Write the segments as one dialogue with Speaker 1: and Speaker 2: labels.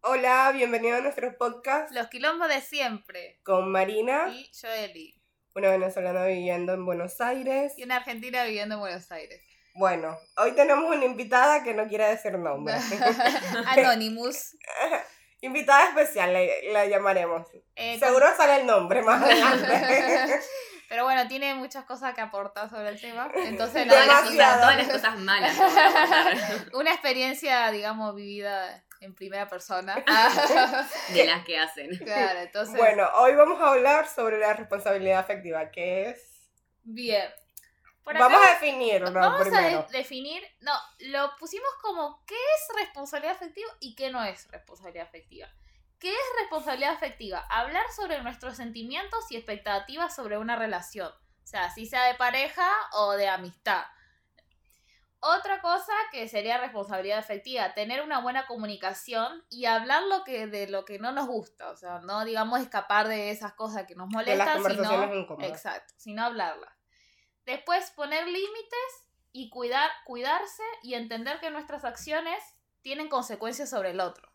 Speaker 1: Hola, bienvenido a nuestro podcast
Speaker 2: Los quilombos de siempre.
Speaker 1: con Marina,
Speaker 2: Y Joeli.
Speaker 1: una venezolana viviendo en Buenos Aires.
Speaker 2: Y una argentina viviendo en Buenos Aires.
Speaker 1: Bueno, hoy tenemos una invitada que no quiere decir nombre.
Speaker 2: Anonymous.
Speaker 1: invitada especial, le- la, llamaremos.
Speaker 2: Eh, con-
Speaker 1: Seguro sale el nombre más adelante.
Speaker 2: Pero bueno, tiene muchas cosas que aportar sobre el tema. Entonces, la
Speaker 3: Todas las, cosas,
Speaker 1: Demasiado.
Speaker 3: todas las cosas malas. que vamos a hablar,
Speaker 2: una experiencia, digamos, vivida en primera persona.
Speaker 3: de las que hacen.
Speaker 2: claro, entonces.
Speaker 1: bueno, hoy vamos a hablar sobre la responsabilidad afectiva, que es...
Speaker 2: Bien. Por acá-
Speaker 1: Vamos a definirlo
Speaker 2: Vamos
Speaker 1: primero.
Speaker 2: a de- definir, no, lo pusimos como qué es responsabilidad afectiva y qué no es responsabilidad afectiva. ¿Qué es responsabilidad afectiva? Hablar sobre nuestros sentimientos y expectativas sobre una relación, o sea, si sea de pareja o de amistad. Otra cosa que sería responsabilidad afectiva, tener una buena comunicación y hablar lo que de lo que no nos gusta, o sea, no digamos escapar de esas cosas que nos
Speaker 1: de las
Speaker 2: molestan, sino
Speaker 1: conversaciones incómodas.
Speaker 2: Exacto, sino hablarla. Después poner límites y cuidar, cuidarse y entender que nuestras acciones tienen consecuencias sobre el otro.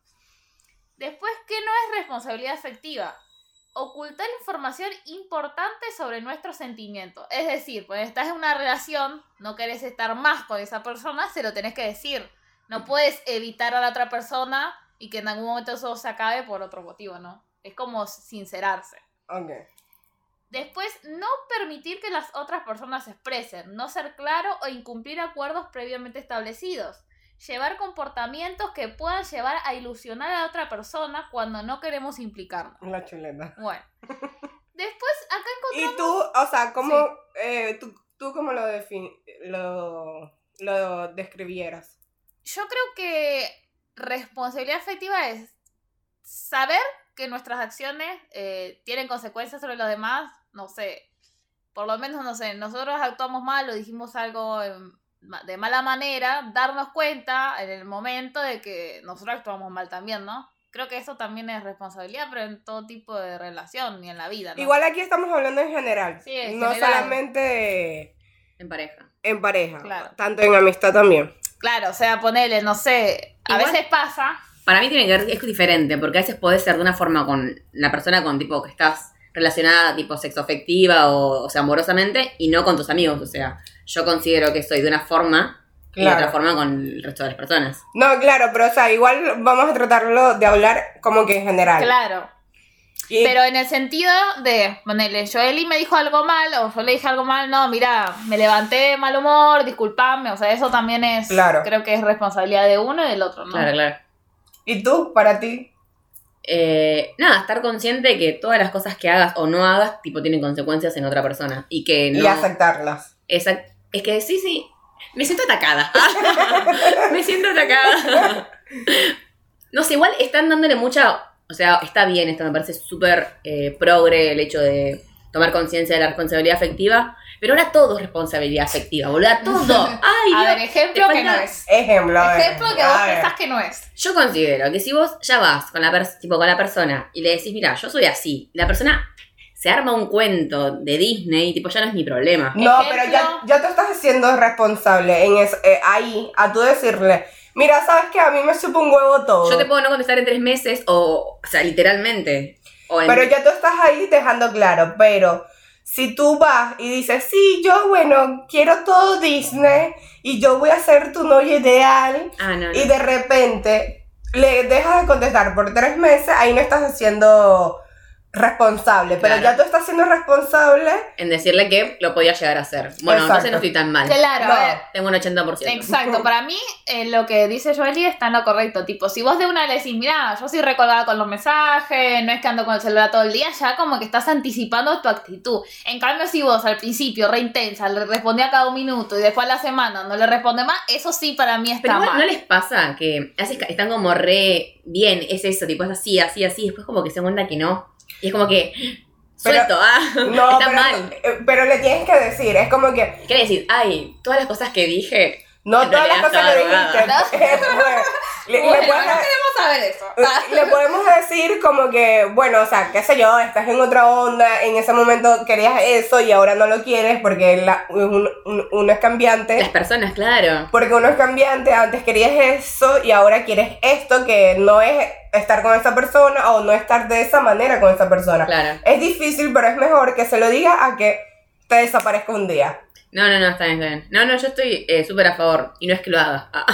Speaker 2: Después, ¿qué no es responsabilidad afectiva? Ocultar información importante sobre nuestros sentimientos. Es decir, cuando estás en una relación, no querés estar más con esa persona, se lo tenés que decir. No puedes evitar a la otra persona y que en algún momento eso se acabe por otro motivo, ¿no? Es como sincerarse.
Speaker 1: Ok.
Speaker 2: Después, no permitir que las otras personas se expresen, no ser claro o incumplir acuerdos previamente establecidos. Llevar comportamientos que puedan llevar a ilusionar a la otra persona cuando no queremos implicarnos.
Speaker 1: La chuleta.
Speaker 2: Bueno. Después, acá
Speaker 1: Y tú, o sea, ¿cómo,
Speaker 2: Sí.
Speaker 1: eh, tú, tú cómo lo, defin- lo, lo describieras?
Speaker 2: yo creo que responsabilidad afectiva es saber que nuestras acciones eh, tienen consecuencias sobre los demás, no sé, por lo menos, no sé, nosotros actuamos mal o dijimos algo en- ma- de mala manera, darnos cuenta en el momento de que nosotros actuamos mal también, ¿no? Creo que eso también es responsabilidad, pero en todo tipo de relación y en la vida, ¿no?
Speaker 1: Igual aquí estamos hablando en general,
Speaker 2: Sí, en
Speaker 1: no
Speaker 2: general.
Speaker 1: solamente de-
Speaker 3: En pareja.
Speaker 1: en pareja,
Speaker 2: Claro.
Speaker 1: tanto en amistad también.
Speaker 2: Claro, o sea, ponele, no sé, a
Speaker 3: Igual-
Speaker 2: veces pasa,
Speaker 3: Para mí tiene que ver, es diferente, porque a veces puede ser de una forma con la persona con tipo que estás relacionada, tipo sexoafectiva o, o sea, amorosamente, y no con tus amigos. O sea, yo considero que soy de una forma y de
Speaker 1: Claro.
Speaker 3: otra forma con el resto de las personas.
Speaker 1: No, claro, pero o sea, igual vamos a tratarlo de hablar como que en general.
Speaker 2: claro.
Speaker 1: Y-
Speaker 2: Pero en el sentido de, ponele, Joeli me dijo algo mal, o yo le dije algo mal, no, mira, me levanté de mal humor, disculpame, o sea, eso también es,
Speaker 1: Claro.
Speaker 2: creo que es responsabilidad de uno y del otro, ¿no?
Speaker 3: claro.
Speaker 1: ¿Y tú, para ti?
Speaker 3: Eh, nada, estar consciente que todas las cosas que hagas o no hagas, tipo, tienen consecuencias en otra persona. Y que no.
Speaker 1: Y aceptarlas.
Speaker 3: Exacto. Es que sí, sí. Me siento atacada. me siento atacada. no sé, igual están dándole mucha. O sea, está bien esto, me parece súper eh, progre el hecho de tomar conciencia de la responsabilidad afectiva. Pero ahora todo es responsabilidad afectiva, boludo. Todo. Ay,
Speaker 2: A
Speaker 3: Dios.
Speaker 2: ver, ejemplo
Speaker 3: Te
Speaker 2: que no
Speaker 3: falta-
Speaker 2: es.
Speaker 1: Ejemplo, a ver,
Speaker 2: Ejemplo que
Speaker 1: a
Speaker 2: vos
Speaker 1: ver.
Speaker 2: pensás que no es.
Speaker 3: Yo considero que si vos ya vas con la, pers- tipo, con la persona y le decís, mira, yo soy así, y la persona se arma un cuento de Disney, tipo, ya no es mi problema.
Speaker 1: No,
Speaker 2: Ejemplo.
Speaker 1: pero ya, ya te estás haciendo responsable en es- eh, ahí, a tú decirle, mira, ¿sabes que A mí me supo un huevo todo.
Speaker 3: Yo te puedo no contestar en tres meses o, o sea, literalmente. O en-
Speaker 1: Pero ya tú estás ahí dejando claro, pero si tú vas y dices, sí, yo, bueno, quiero todo Disney y yo voy a ser tu novia ideal
Speaker 3: Ah, no, no.
Speaker 1: y de repente le dejas de contestar por tres meses, ahí no estás haciendo responsable, pero
Speaker 3: Claro.
Speaker 1: ya tú estás siendo responsable,
Speaker 3: En decirle que lo podía llegar a hacer. Bueno,
Speaker 1: Exacto.
Speaker 3: entonces no estoy tan mal.
Speaker 2: Claro,
Speaker 1: No.
Speaker 2: a ver.
Speaker 3: Tengo un 80%.
Speaker 2: Exacto, para mí eh, lo que dice Joeli está en lo correcto. Tipo, si vos de una le decís, mira, yo soy recolgada con los mensajes, no es que ando con el celular todo el día, ya como que estás anticipando tu actitud. En cambio, si vos al principio, re intensa, le respondía cada un minuto y después a la semana no le responde más, eso sí para mí
Speaker 3: Pero
Speaker 2: está
Speaker 3: igual, ¿no
Speaker 2: mal.
Speaker 3: les pasa que haces ca- están como re bien? Es eso, tipo, es así, así, así. Después como que se dan cuenta que no. Y es como que...
Speaker 1: Pero-
Speaker 3: Suelto, ah.
Speaker 1: no,
Speaker 3: está
Speaker 1: pero,
Speaker 3: mal.
Speaker 1: eh, pero le tienes que decir, es como que,
Speaker 3: Quiere decir, ay, todas las cosas que dije...
Speaker 1: no
Speaker 3: En
Speaker 1: todas las
Speaker 3: realidad
Speaker 1: cosas
Speaker 3: estaba
Speaker 1: le dijiste,
Speaker 3: drogada.
Speaker 1: bueno, le- le
Speaker 2: Bueno,
Speaker 1: puedes-
Speaker 2: no queremos saber eso. Ah.
Speaker 1: Le podemos decir como que, bueno, o sea, qué sé yo, estás en otra onda, en ese momento querías eso y ahora no lo quieres porque la- un- un- uno es
Speaker 3: Las
Speaker 1: cambiante.
Speaker 3: personas, claro.
Speaker 1: Porque uno es cambiante, antes querías eso y ahora quieres esto que no es estar con esa persona o no estar de esa manera con esa persona.
Speaker 3: Claro.
Speaker 1: Es difícil, pero es mejor que se lo diga a que te desaparezca un día.
Speaker 3: No, no, no, está bien, está bien. No, no, yo estoy eh, súper a favor. Y no es que lo haga. Ah,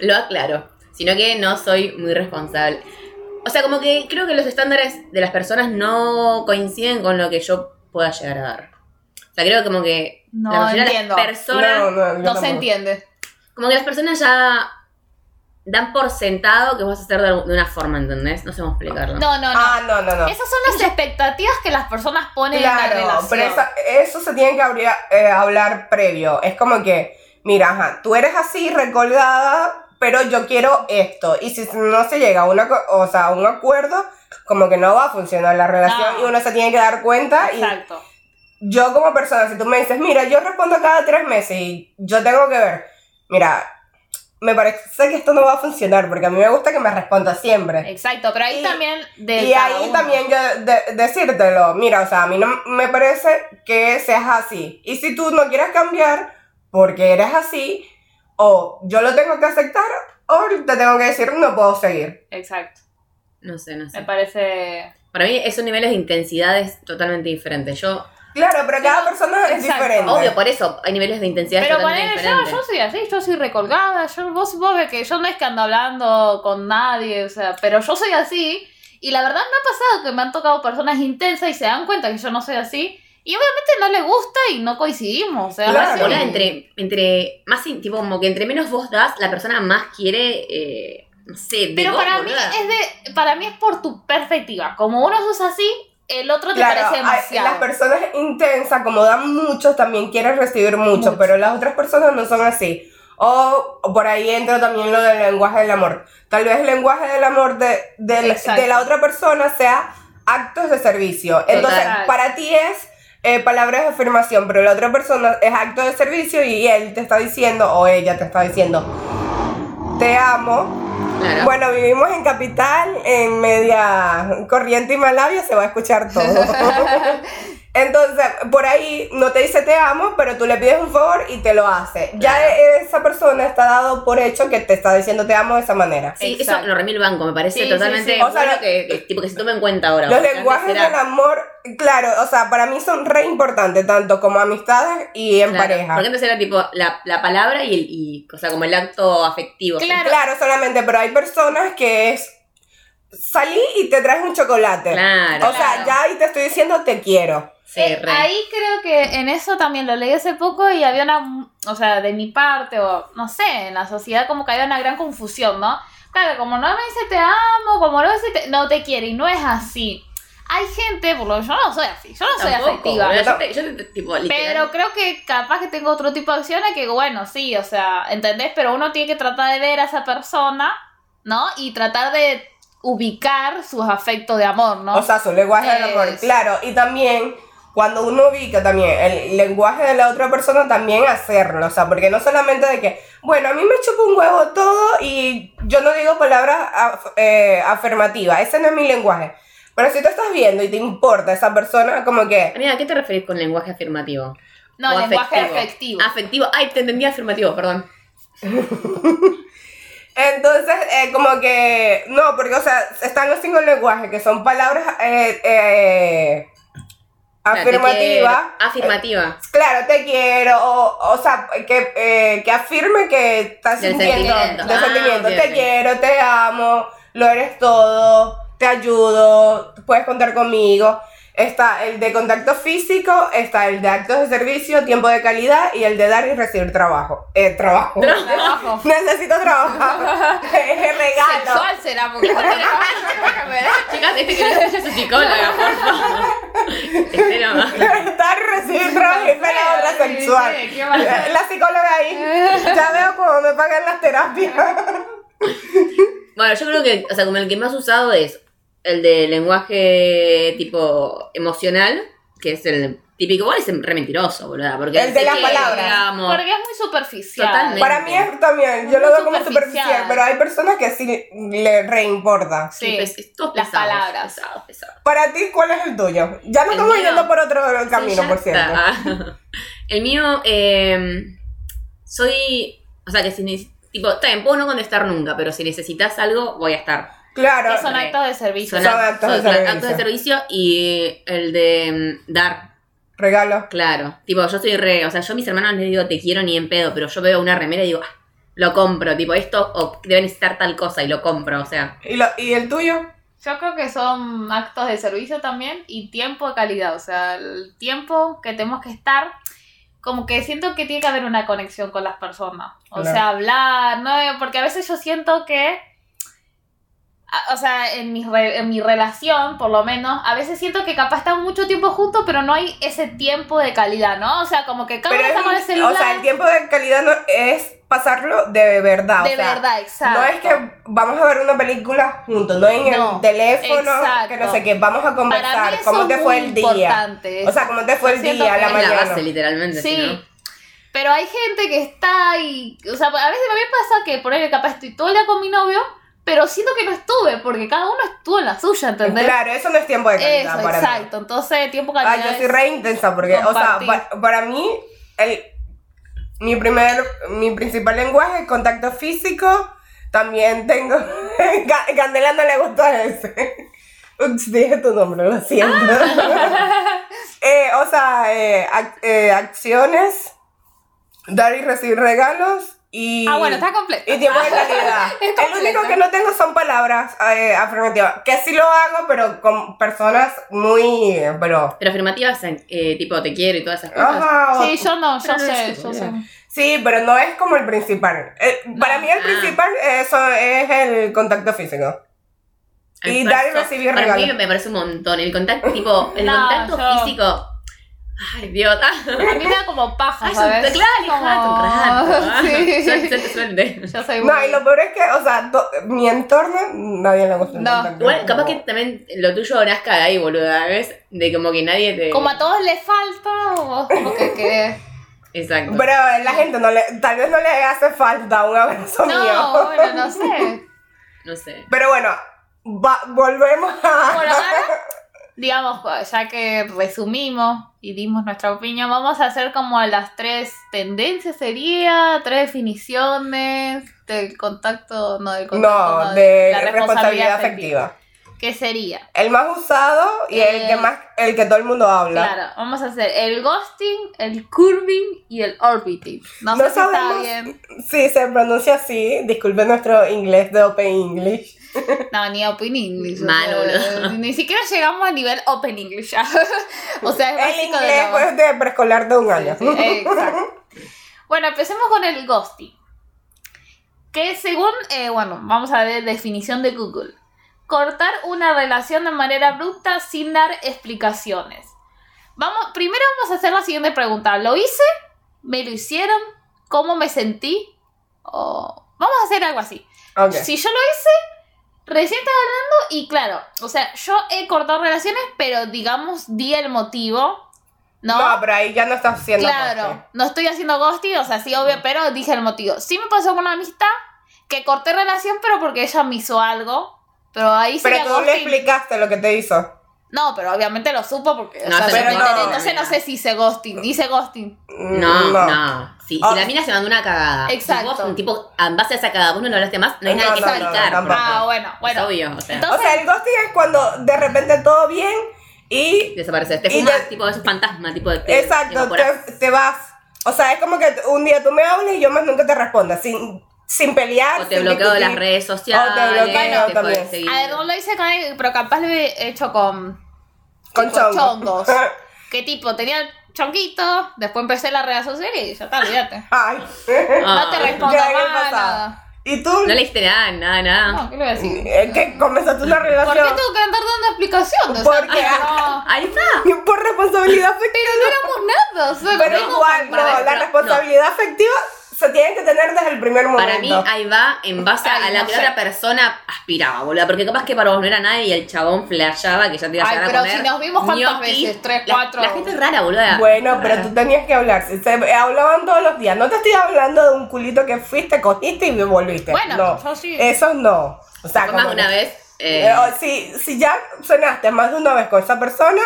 Speaker 3: lo aclaro. Sino que no soy muy responsable. O sea, como que creo que los estándares de las personas no coinciden con lo que yo pueda llegar a dar. O sea, creo como que
Speaker 2: No
Speaker 3: la mayoría
Speaker 2: entiendo.
Speaker 3: de las personas.
Speaker 1: no, yo
Speaker 2: No se
Speaker 1: tampoco.
Speaker 2: entiende.
Speaker 3: Como que las personas ya dan por sentado que vas a hacer de algu- de una forma, ¿entendés? No sé cómo explicarlo.
Speaker 2: No, no, no.
Speaker 1: Ah, no, no, no.
Speaker 2: Esas son las expectativas que las personas ponen en la
Speaker 1: Claro,
Speaker 2: relación.
Speaker 1: pero esa- eso se tiene que abrir- eh, hablar previo. Es como que, mira, ajá, tú eres así recolgada, pero yo quiero esto. Y si no se llega a, una, co- o sea, a un acuerdo, como que no va a funcionar la relación
Speaker 2: No.
Speaker 1: y uno se tiene que dar cuenta. Y
Speaker 2: Exacto.
Speaker 1: yo como persona, si tú me dices, mira, yo respondo cada tres meses y yo tengo que ver, mira, me parece que esto no va a funcionar porque a mí me gusta que me responda siempre.
Speaker 2: Exacto, pero ahí
Speaker 1: Y-
Speaker 2: también de
Speaker 1: Y
Speaker 2: cada
Speaker 1: ahí
Speaker 2: uno.
Speaker 1: también yo de- decírtelo, mira, o sea, a mí no me parece que seas así. Y si tú no quieres cambiar porque eres así, o yo lo tengo que aceptar, o te tengo que decir no puedo seguir.
Speaker 2: Exacto.
Speaker 3: No sé, no
Speaker 2: Me
Speaker 3: sé.
Speaker 2: parece
Speaker 3: Para mí esos niveles de intensidades totalmente diferentes. Yo,
Speaker 1: Claro, pero cada persona es
Speaker 2: exacto.
Speaker 1: diferente.
Speaker 3: obvio, por eso hay niveles de intensidades
Speaker 2: Pero
Speaker 3: totalmente
Speaker 2: ponele, yo,
Speaker 3: diferentes.
Speaker 2: yo soy así, yo soy recolgada, yo, vos, vos ves que yo no es que ando hablando con nadie, o sea, pero yo soy así, y la verdad me ha pasado que me han tocado personas intensas y se dan cuenta que yo no soy así, y obviamente no le gusta y no coincidimos, o sea,
Speaker 1: Claro.
Speaker 2: es así.
Speaker 3: Ahora, entre, entre más in- tipo como que entre menos vos das, la persona más quiere, eh, no sé, de
Speaker 2: pero
Speaker 3: vos,
Speaker 2: para mí
Speaker 3: boluda.
Speaker 2: es de, para mí es por tu perspectiva, como uno sos así, el otro te
Speaker 1: Claro,
Speaker 2: parece
Speaker 1: hay- las
Speaker 2: demasiado.
Speaker 1: personas intensas, como dan mucho, también quieren recibir mucho,
Speaker 2: Mucho.
Speaker 1: pero las otras personas no son así. O por ahí entra también lo del lenguaje del amor. Tal vez el lenguaje del amor de, del-
Speaker 2: Exacto.
Speaker 1: de la otra persona sea actos de servicio. Entonces,
Speaker 2: Total.
Speaker 1: para ti es eh, palabras de afirmación, pero la otra persona es acto de servicio y él te está diciendo, o ella te está diciendo, te amo.
Speaker 3: Claro.
Speaker 1: Bueno, vivimos en capital, en media corriente y Malavia, se va a escuchar todo. Entonces, por ahí no te dice te amo, pero tú le pides un favor y te lo hace. Ya esa persona está dado por hecho que te está diciendo te amo de esa manera.
Speaker 3: Sí,
Speaker 2: Exacto.
Speaker 3: eso lo remil banco, me parece
Speaker 2: Sí, sí,
Speaker 3: totalmente
Speaker 2: sí.
Speaker 1: O sea,
Speaker 3: bueno
Speaker 1: lo-
Speaker 3: que, que- tipo que se tome en cuenta ahora.
Speaker 1: Los
Speaker 3: Antes
Speaker 1: lenguajes
Speaker 3: era-
Speaker 1: del amor, claro, o sea, para mí son re importantes, tanto como amistades y en
Speaker 3: claro,
Speaker 1: pareja.
Speaker 3: Porque antes era tipo la, la palabra y el y, o sea, como el acto afectivo.
Speaker 2: Claro.
Speaker 1: Claro, solamente, pero hay personas que es salí y te traes un chocolate.
Speaker 3: Claro.
Speaker 1: O sea,
Speaker 2: Claro.
Speaker 1: ya ahí te estoy diciendo te quiero.
Speaker 3: Sí,
Speaker 2: Eh,
Speaker 3: re.
Speaker 2: ahí creo que en eso también lo leí hace poco y había una, o sea, de mi parte o no sé, en la sociedad como que había una gran confusión, ¿no? Claro, como no me dice te amo, como no me dice te- no te quiere y no es así. Hay gente, por lo menos yo no soy así, yo no soy
Speaker 3: Tampoco,
Speaker 2: afectiva.
Speaker 3: boludo, Yo te, yo te- tipo, literal,
Speaker 2: Pero creo que capaz que tengo otro tipo de acciones que, bueno, sí, o sea, ¿entendés? Pero uno tiene que tratar de ver a esa persona, ¿no? Y tratar de ubicar sus afectos de amor, ¿no?
Speaker 1: O sea, su lenguaje del amor,
Speaker 2: Es-
Speaker 1: claro. Y también, cuando uno ubica también el lenguaje de la otra persona, también hacerlo. O sea, porque no solamente de que, bueno, a mí me chupa un huevo todo y yo no digo palabras af- eh, afirmativas. Ese no es mi lenguaje. Pero si tú estás viendo y te importa esa persona, como que...
Speaker 3: Amiga, ¿a qué te referís con lenguaje afirmativo?
Speaker 2: no,
Speaker 3: O
Speaker 2: lenguaje afectivo.
Speaker 3: Afectivo. Ay, te entendí afirmativo, perdón.
Speaker 1: Entonces, eh, como que... No, porque, o sea, están los cinco lenguajes, que son palabras eh, eh,
Speaker 3: Claro, te
Speaker 1: afirmativas.
Speaker 3: quiero. Afirmativa.
Speaker 1: Claro, te quiero, o, o sea, que, eh, que afirme que estás
Speaker 3: Del
Speaker 1: sintiendo
Speaker 3: sentimiento.
Speaker 1: del
Speaker 3: Ah,
Speaker 1: sentimiento.
Speaker 3: ok,
Speaker 1: te
Speaker 3: ok.
Speaker 1: quiero, te amo, lo eres todo, te ayudo, puedes contar conmigo. Está el de contacto físico, está el de actos de servicio, tiempo de calidad y el de dar y recibir trabajo. Eh, trabajo.
Speaker 2: Trabajo.
Speaker 1: Necesito trabajar. es regalo.
Speaker 2: Sexual será, porque no tiene
Speaker 3: Chicas, este que es su psicóloga, por favor. Este nomás.
Speaker 1: Dar y recibir trabajo y fue la otra sexual.
Speaker 2: Sí, qué mal.
Speaker 1: La psicóloga ahí. Ya veo cómo me pagan las terapias.
Speaker 3: Bueno, yo creo que, o sea, como el que más usado es el de lenguaje tipo emocional, que es el Típico, igual es re mentiroso, boluda. Porque
Speaker 1: El de las
Speaker 3: sí,
Speaker 1: palabras.
Speaker 3: digamos,
Speaker 2: Porque es muy superficial.
Speaker 3: Totalmente.
Speaker 1: Para mí es también, yo
Speaker 2: Muy
Speaker 1: lo veo como
Speaker 2: superficial.
Speaker 1: superficial, pero hay personas que sí le reimporta.
Speaker 3: sí,
Speaker 2: Sí.
Speaker 3: pes- es todo
Speaker 2: Las
Speaker 3: pesado,
Speaker 2: palabras.
Speaker 3: pesado, pesado.
Speaker 1: Para ti, ¿cuál es el tuyo? Ya no
Speaker 3: El
Speaker 1: estamos
Speaker 3: mío.
Speaker 1: yendo por otro
Speaker 3: Sí,
Speaker 1: camino,
Speaker 3: ya
Speaker 1: por cierto.
Speaker 2: Ah,
Speaker 3: está. El mío, eh, soy. O sea, que si. neces- Tipo, también puedo no contestar nunca, pero si necesitas algo, voy a estar.
Speaker 1: Claro.
Speaker 2: Que son actos de servicio.
Speaker 1: Son actos de
Speaker 3: soy-
Speaker 1: servicio.
Speaker 3: actos de servicio y el de mm, dar.
Speaker 1: Regalo.
Speaker 3: Claro, tipo, yo soy re, o sea, yo a mis hermanos les digo te quiero ni en pedo, pero yo veo una remera y digo, ah, lo compro, tipo, esto o debe necesitar tal cosa y lo compro, o sea,
Speaker 1: ¿Y, lo, ¿Y el tuyo?
Speaker 2: Yo creo que son actos de servicio también y tiempo de calidad, o sea, el tiempo que tenemos que estar, como que siento que tiene que haber una conexión con las personas, o
Speaker 1: Claro.
Speaker 2: sea, hablar, ¿no? Porque a veces yo siento que, a- o sea, en mi, re- en mi relación, por lo menos, a veces siento que capaz están mucho tiempo juntos, pero no hay ese tiempo de calidad, ¿no? O sea, como que cada uno
Speaker 1: es
Speaker 2: está con
Speaker 1: un-
Speaker 2: el celular.
Speaker 1: O sea, el tiempo de calidad no, es pasarlo de verdad.
Speaker 2: de
Speaker 1: o sea,
Speaker 2: verdad, exacto.
Speaker 1: No es que vamos a ver una película juntos, no en
Speaker 2: No,
Speaker 1: el teléfono, que no
Speaker 2: exacto.
Speaker 1: sé qué, vamos a
Speaker 2: Para mí
Speaker 1: conversar,
Speaker 2: eso
Speaker 1: cómo
Speaker 2: es
Speaker 1: te
Speaker 2: muy
Speaker 1: fue el día.
Speaker 2: importante,
Speaker 1: O sea, cómo te fue el
Speaker 2: Siento
Speaker 1: día,
Speaker 2: que
Speaker 1: la
Speaker 3: es la
Speaker 1: mañana.
Speaker 3: base, literalmente.
Speaker 2: Sí.
Speaker 3: si no-
Speaker 2: Pero hay gente que está y. O sea, a veces a mí me pasa que por ahí capaz estoy todo el día con mi novio, pero siento que no estuve, porque cada uno estuvo en la suya, ¿entendés?
Speaker 1: Claro, eso no es tiempo de calidad
Speaker 2: Eso,
Speaker 1: para mí.
Speaker 2: exacto. Entonces, tiempo
Speaker 1: Ah,
Speaker 2: calidad.
Speaker 1: yo soy
Speaker 2: es-
Speaker 1: re intensa porque,
Speaker 2: Compartir.
Speaker 1: o sea, pa- para mí, el, mi primer, mi principal lenguaje es contacto físico. También tengo. Ca- Candela no le gusta ese. Ups, dije tu nombre, lo siento. Eh, o sea, eh, ac- eh, acciones, dar y recibir regalos y.
Speaker 2: Ah, bueno, está completo.
Speaker 1: Y tiempo de calidad.
Speaker 2: Está
Speaker 1: El único
Speaker 2: completo.
Speaker 1: que no tengo son palabras eh, afirmativas. Que sí lo hago, pero con personas muy. eh, Pero.
Speaker 3: Pero afirmativas, eh, tipo, te quiero y todas esas cosas.
Speaker 1: Ajá, o-
Speaker 2: Sí, yo no, yo
Speaker 3: Pero no
Speaker 2: sé,
Speaker 3: es
Speaker 2: yo
Speaker 3: que-
Speaker 2: sé.
Speaker 1: Sí, pero no es como el principal. Eh, para mí el
Speaker 3: ah.
Speaker 1: principal eso es el contacto físico.
Speaker 3: A mí
Speaker 1: Y
Speaker 3: me
Speaker 1: dar y
Speaker 3: parece-
Speaker 1: recibir
Speaker 3: Para mí
Speaker 1: regalos.
Speaker 3: me parece un montón, el contacto, tipo, el
Speaker 2: No,
Speaker 3: contacto
Speaker 2: yo-
Speaker 3: físico. Ay, Dios. ah.
Speaker 2: A mí me da como paja,
Speaker 3: Ay, son,
Speaker 2: ¿sabes?
Speaker 3: Ah, claro, hija,
Speaker 2: Como-
Speaker 3: son raros, ah.
Speaker 2: Sí.
Speaker 3: Suerte, suerte, suerte.
Speaker 2: Yo soy
Speaker 1: No,
Speaker 2: muy-
Speaker 1: y lo peor es que, o sea, to- mi entorno, nadie le gusta el
Speaker 2: No.
Speaker 1: contacto
Speaker 3: Igual,
Speaker 1: físico.
Speaker 3: capaz que también lo tuyo nazca de ahí, boluda, ¿ves? De como que nadie te.
Speaker 2: Como a todos les falta, vos como que querés.
Speaker 3: Exacto.
Speaker 1: Pero la gente no le, tal vez no le hace falta un abrazo
Speaker 2: No,
Speaker 1: mío.
Speaker 2: bueno, no sé.
Speaker 3: No sé.
Speaker 1: Pero bueno, va- volvemos a...
Speaker 2: Bueno, ahora, digamos, ya que resumimos y dimos nuestra opinión, vamos a hacer como las tres tendencias, sería tres definiciones del contacto, no del contacto,
Speaker 1: no, de responsabilidad afectiva.
Speaker 2: ¿Qué sería?
Speaker 1: El más usado y el
Speaker 2: Eh,
Speaker 1: que más, el que todo el mundo habla.
Speaker 2: Claro, vamos a hacer el ghosting, el curving y el orbiting. No,
Speaker 1: No
Speaker 2: sé si está
Speaker 1: sabemos.
Speaker 2: bien.
Speaker 1: Sí, se pronuncia así. Disculpen nuestro inglés de Open English.
Speaker 2: No, ni Open English. o
Speaker 3: Mal,
Speaker 2: sea,
Speaker 3: boludo.
Speaker 2: Ni siquiera llegamos a nivel Open English ya. o sea, es
Speaker 1: El
Speaker 2: básico
Speaker 1: inglés
Speaker 2: de lo-
Speaker 1: pues, de preescolar de un año.
Speaker 2: Sí, eh, exacto. Bueno, empecemos con el ghosting. Que según, eh, bueno, vamos a ver definición de Google. Cortar una relación de manera abrupta sin dar explicaciones. Vamos, primero vamos a hacer la siguiente pregunta. ¿Lo hice? ¿Me lo hicieron? ¿Cómo me sentí? O- Vamos a hacer algo así.
Speaker 1: Ok.
Speaker 2: Si yo lo hice, recién estás hablando y claro, o sea, yo he cortado relaciones, pero digamos di el motivo, ¿no?
Speaker 1: No, pero ahí ya no está haciendo
Speaker 2: Claro,
Speaker 1: parte.
Speaker 2: no estoy haciendo ghosting, o sea, sí, obvio, pero dije el motivo. Sí me pasó con una amistad que corté relación, pero porque ella me hizo algo. Pero ahí sí
Speaker 1: Pero tú le explicaste lo que te hizo.
Speaker 2: No, pero obviamente lo supo porque. o
Speaker 3: No,
Speaker 2: sea,
Speaker 1: se
Speaker 2: yo
Speaker 1: lo
Speaker 2: me
Speaker 1: supo,
Speaker 2: enteré, entonces
Speaker 3: mira.
Speaker 2: no sé si hice ghosting. Dice ghosting.
Speaker 1: Mm,
Speaker 3: No, no. Si, si
Speaker 1: Oh.
Speaker 3: la mina se mandó una cagada.
Speaker 2: Exacto.
Speaker 3: Si vos, tipo, ah, en base a esa cagada, vos no lo hablaste más, no hay
Speaker 1: No,
Speaker 3: nada que
Speaker 1: no, no, no,
Speaker 3: explicar.
Speaker 1: tampoco.
Speaker 3: porque
Speaker 2: Ah, bueno,
Speaker 3: Es
Speaker 2: bueno.
Speaker 3: obvio, o sea,
Speaker 2: Entonces-
Speaker 1: O sea, el ghosting es cuando de repente todo bien y.
Speaker 3: desapareces. Te
Speaker 1: Y
Speaker 3: fumas,
Speaker 1: te-
Speaker 3: tipo, es un fantasma, tipo, te, te
Speaker 1: exacto,
Speaker 3: evaporás.
Speaker 1: te, te vas. O sea, es como que un día tú me hablas y yo más nunca te respondo. Sin, sin pelear.
Speaker 3: O te
Speaker 1: sin
Speaker 3: bloqueo de
Speaker 1: discutir.
Speaker 3: las redes sociales.
Speaker 1: O te bloqueo
Speaker 3: te
Speaker 1: también.
Speaker 3: podés seguir.
Speaker 2: A ver, no lo hice con él, pero capaz lo he hecho con.
Speaker 1: Con
Speaker 2: tipo,
Speaker 1: chongos.
Speaker 2: ¿Qué tipo? Tenía chonquito, después empecé la relación seria y ya está, olvídate.
Speaker 1: Ay.
Speaker 3: Ah.
Speaker 2: No te respondo
Speaker 1: Ya había
Speaker 2: más,
Speaker 1: pasado.
Speaker 2: nada.
Speaker 1: ¿Y tú?
Speaker 3: No le dijiste nada, nada, nada.
Speaker 2: No, ¿qué le voy a decir?
Speaker 1: Eh, que comenzaste una
Speaker 2: ¿Por qué
Speaker 1: relación.
Speaker 2: tengo que andar dando explicación? O sea,
Speaker 1: Porque-
Speaker 2: no.
Speaker 3: Ahí está.
Speaker 1: Por responsabilidad afectiva.
Speaker 2: Pero no éramos nada, o sea,
Speaker 1: Pero
Speaker 2: no-
Speaker 1: igual, no,
Speaker 3: para ver,
Speaker 1: la
Speaker 3: no,
Speaker 1: responsabilidad afectiva se tienen que tener desde el primer momento.
Speaker 3: Para mí ahí va en base
Speaker 2: Ay,
Speaker 3: a la
Speaker 2: no
Speaker 3: que
Speaker 2: sé.
Speaker 3: la otra persona aspiraba, boludo. Porque capaz que para vos no era nadie y el chabón flasheaba que ya te ibas a
Speaker 2: Ay,
Speaker 3: llegar a
Speaker 2: pero
Speaker 3: comer.
Speaker 2: si nos vimos cuántas
Speaker 3: ñoquis.
Speaker 2: veces, tres,
Speaker 3: La-
Speaker 2: cuatro.
Speaker 3: La, gente es rara, boluda.
Speaker 1: Bueno, pero
Speaker 3: Rara.
Speaker 1: tú tenías que hablar. Se, se- hablaban todos los días. No te estoy hablando de un culito que fuiste, cogiste y volviste.
Speaker 2: Bueno,
Speaker 1: no.
Speaker 2: yo sí.
Speaker 1: Eso no. O sea,
Speaker 3: Fue más
Speaker 1: como
Speaker 3: de una
Speaker 1: que-
Speaker 3: vez. eh,
Speaker 1: Eh, o- si, si ya sonaste más de una vez con esa persona,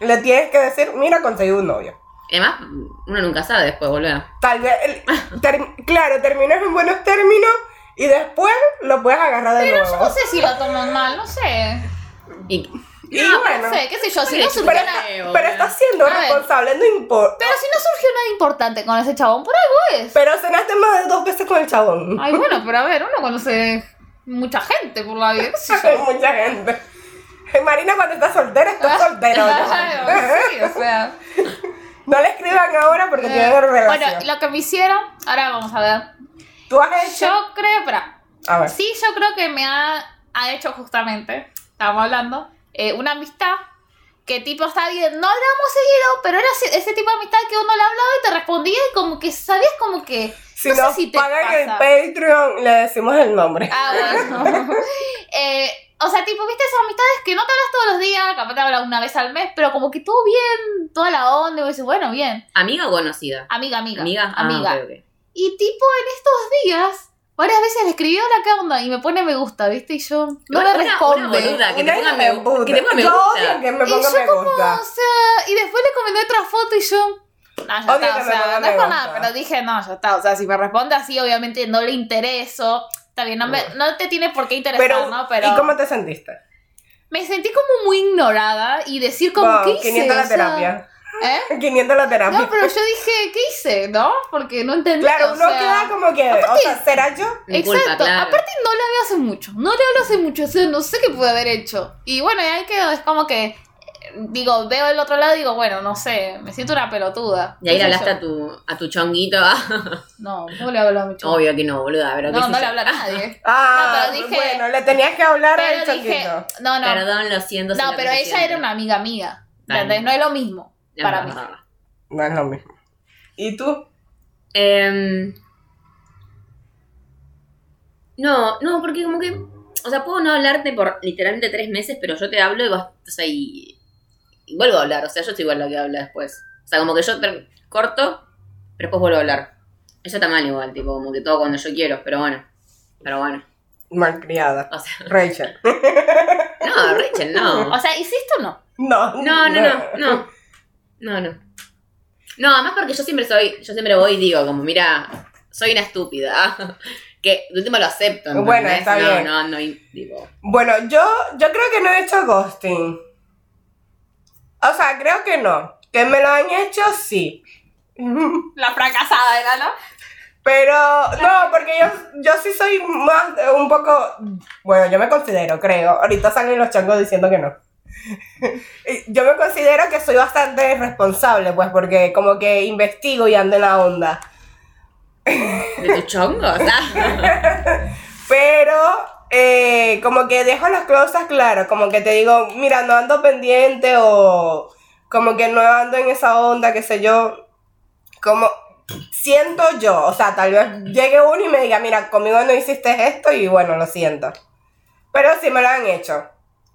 Speaker 1: le tienes que decir, mira, conseguí un novio.
Speaker 3: Además, uno nunca sabe después, boludo.
Speaker 1: Tal vez, el- ter- claro, terminas en buenos términos y después lo puedes agarrar de
Speaker 2: Pero yo
Speaker 1: nuevo.
Speaker 2: no sé si lo toman mal, no sé. Ah,
Speaker 3: Y,
Speaker 1: Y
Speaker 2: No,
Speaker 1: bueno,
Speaker 2: no sé, qué sé yo, si
Speaker 3: Bueno,
Speaker 2: no
Speaker 3: pero
Speaker 2: surgió
Speaker 1: pero,
Speaker 3: funciona-
Speaker 2: nada.
Speaker 1: está- pero estás siendo
Speaker 2: A ver.
Speaker 1: responsable, no importa.
Speaker 2: Pero si no surgió nada importante con ese chabón, por algo es.
Speaker 1: Pero cenaste más de dos veces con el chabón.
Speaker 2: Ay, bueno, pero a ver, uno conoce mucha gente por la vida, qué sé
Speaker 1: Hay
Speaker 2: yo.
Speaker 1: mucha gente. Marina cuando está soltera, está soltera.
Speaker 2: Claro, sí, o sea.
Speaker 1: no le escriban ahora porque tienen relación.
Speaker 2: Eh, Bueno, lo que me hicieron, ahora vamos a ver.
Speaker 1: Tú has hecho...
Speaker 2: Yo creo, para.
Speaker 1: A ver.
Speaker 2: Sí, yo creo que me ha, ha hecho justamente, estábamos hablando, eh, una amistad que tipo está bien, no hablamos seguido, pero era ese, ese tipo de amistad que uno le hablaba y te respondía y como que sabías como que...
Speaker 1: Si
Speaker 2: no sé
Speaker 1: nos
Speaker 2: si te
Speaker 1: pagan
Speaker 2: pasa.
Speaker 1: el Patreon, le decimos el nombre.
Speaker 2: Ah, bueno. Eh, o sea, tipo, viste esas amistades que no te hablas todos los días, capaz te hablas una vez al mes, pero como que todo bien, toda la onda, y vos decís, bueno, bien,
Speaker 3: ¿Amiga o conocida?
Speaker 2: amiga, amiga.
Speaker 3: Amiga. Ah,
Speaker 2: amiga.
Speaker 3: ok, ok.
Speaker 2: Y tipo, en estos días, varias veces le escribí, hola, ¿qué onda? Y me pone me gusta, ¿viste? Y yo, no
Speaker 3: Una-
Speaker 2: me
Speaker 3: una
Speaker 2: responde.
Speaker 3: boluda. que te
Speaker 1: Una
Speaker 3: ponga
Speaker 1: hija de
Speaker 3: me-
Speaker 1: puta.
Speaker 3: que te ponga me
Speaker 1: Yo
Speaker 3: gusta.
Speaker 1: odio que me
Speaker 2: y yo
Speaker 1: ponga me
Speaker 2: como,
Speaker 1: gusta.
Speaker 2: o sea, y después le comenté otra foto y yo... No, ya
Speaker 1: Odio
Speaker 2: está,
Speaker 1: que
Speaker 2: o
Speaker 1: me pongan
Speaker 2: sea, no es
Speaker 1: me
Speaker 2: por
Speaker 1: gusta.
Speaker 2: nada, pero dije, no, ya está, o sea, si me responde así, obviamente no le intereso, está bien, no, me- no te tiene por qué interesar,
Speaker 1: Pero,
Speaker 2: ¿no? Pero...
Speaker 1: ¿y cómo te sentiste?
Speaker 2: me sentí como muy ignorada y decir como,
Speaker 1: Wow,
Speaker 2: ¿qué hice?
Speaker 1: 500
Speaker 2: O
Speaker 1: la
Speaker 2: sea,
Speaker 1: terapia.
Speaker 2: ¿eh?
Speaker 1: 500 la terapia.
Speaker 2: No, pero yo dije, ¿qué hice? ¿No? Porque no entendí.
Speaker 1: claro,
Speaker 2: o
Speaker 1: uno
Speaker 2: sea,
Speaker 1: queda como que, o
Speaker 2: aparte-
Speaker 1: sea, ¿será yo?
Speaker 3: Mi
Speaker 2: Exacto.
Speaker 3: culpa, claro.
Speaker 2: Aparte no la veo hace mucho. No la veo hace mucho. O sea, no sé qué pude haber hecho. Y bueno, y ahí quedó. Es como que, eh, digo, veo el otro lado y digo, bueno, no sé, me siento una pelotuda.
Speaker 3: Y ahí
Speaker 2: ¿Qué
Speaker 3: le
Speaker 2: sé
Speaker 3: hablaste
Speaker 2: yo?
Speaker 3: a tu, a tu chonguito. ah.
Speaker 2: No, no le hablo a mi chico.
Speaker 3: Obvio que no, boluda. Pero qué
Speaker 2: No,
Speaker 3: sé
Speaker 2: no
Speaker 3: yo.
Speaker 2: le hablo a nadie.
Speaker 1: Ah,
Speaker 2: No, pero dije-
Speaker 1: bueno, le tenías que
Speaker 3: "Ah,
Speaker 1: hablar al
Speaker 2: Pero
Speaker 1: chanquito.
Speaker 2: dije, no, no.
Speaker 3: Perdón, lo siento. si
Speaker 2: no,
Speaker 3: lo
Speaker 2: pero
Speaker 3: que
Speaker 2: ella
Speaker 3: siento.
Speaker 2: era una amiga mía.
Speaker 3: Dale.
Speaker 2: ¿Entendés? No es lo mismo
Speaker 3: Es
Speaker 2: para mí.
Speaker 3: verdad.
Speaker 1: No es lo mismo. ¿Y tú?
Speaker 3: Em, no, no, porque como que. O sea, puedo no hablarte por literalmente tres meses, pero yo te hablo y vas. O sea, y, y vuelvo a hablar. O sea, yo soy igual la que habla después. O sea, como que yo ter- corto, pero después vuelvo a hablar. Eso está mal igual, tipo, como que todo cuando yo quiero, pero bueno. Pero bueno.
Speaker 1: Malcriada.
Speaker 3: O sea,
Speaker 1: Rachel.
Speaker 3: no, Rachel, no.
Speaker 2: O sea, ¿hiciste o no?
Speaker 1: No.
Speaker 3: No, no, no, no. No, no. No, además porque yo siempre soy, yo siempre voy y digo, como, mira, soy una estúpida. Que de último lo acepto. ¿entendés?
Speaker 1: Bueno, está
Speaker 3: no,
Speaker 1: bien.
Speaker 3: no, no, y- digo.
Speaker 1: Bueno, yo, yo creo que no he hecho ghosting. O sea, creo que no. Que me lo han hecho, sí.
Speaker 2: La fracasada era, ¿no?
Speaker 1: Pero no, porque yo, yo sí soy más eh, un poco. Bueno, yo me considero, creo. Ahorita salen los changos diciendo que no. Y yo me considero que soy bastante responsable, pues, porque como que investigo y ando en la onda.
Speaker 3: De tus chongos. ah.
Speaker 1: Pero eh, como que dejo las cosas claras, como que te digo, mira, no ando pendiente o como que no ando en esa onda, qué sé yo. Como siento yo, o sea, tal vez llegue uno y me diga, mira, conmigo no hiciste esto y bueno, lo siento. Pero sí me lo han hecho.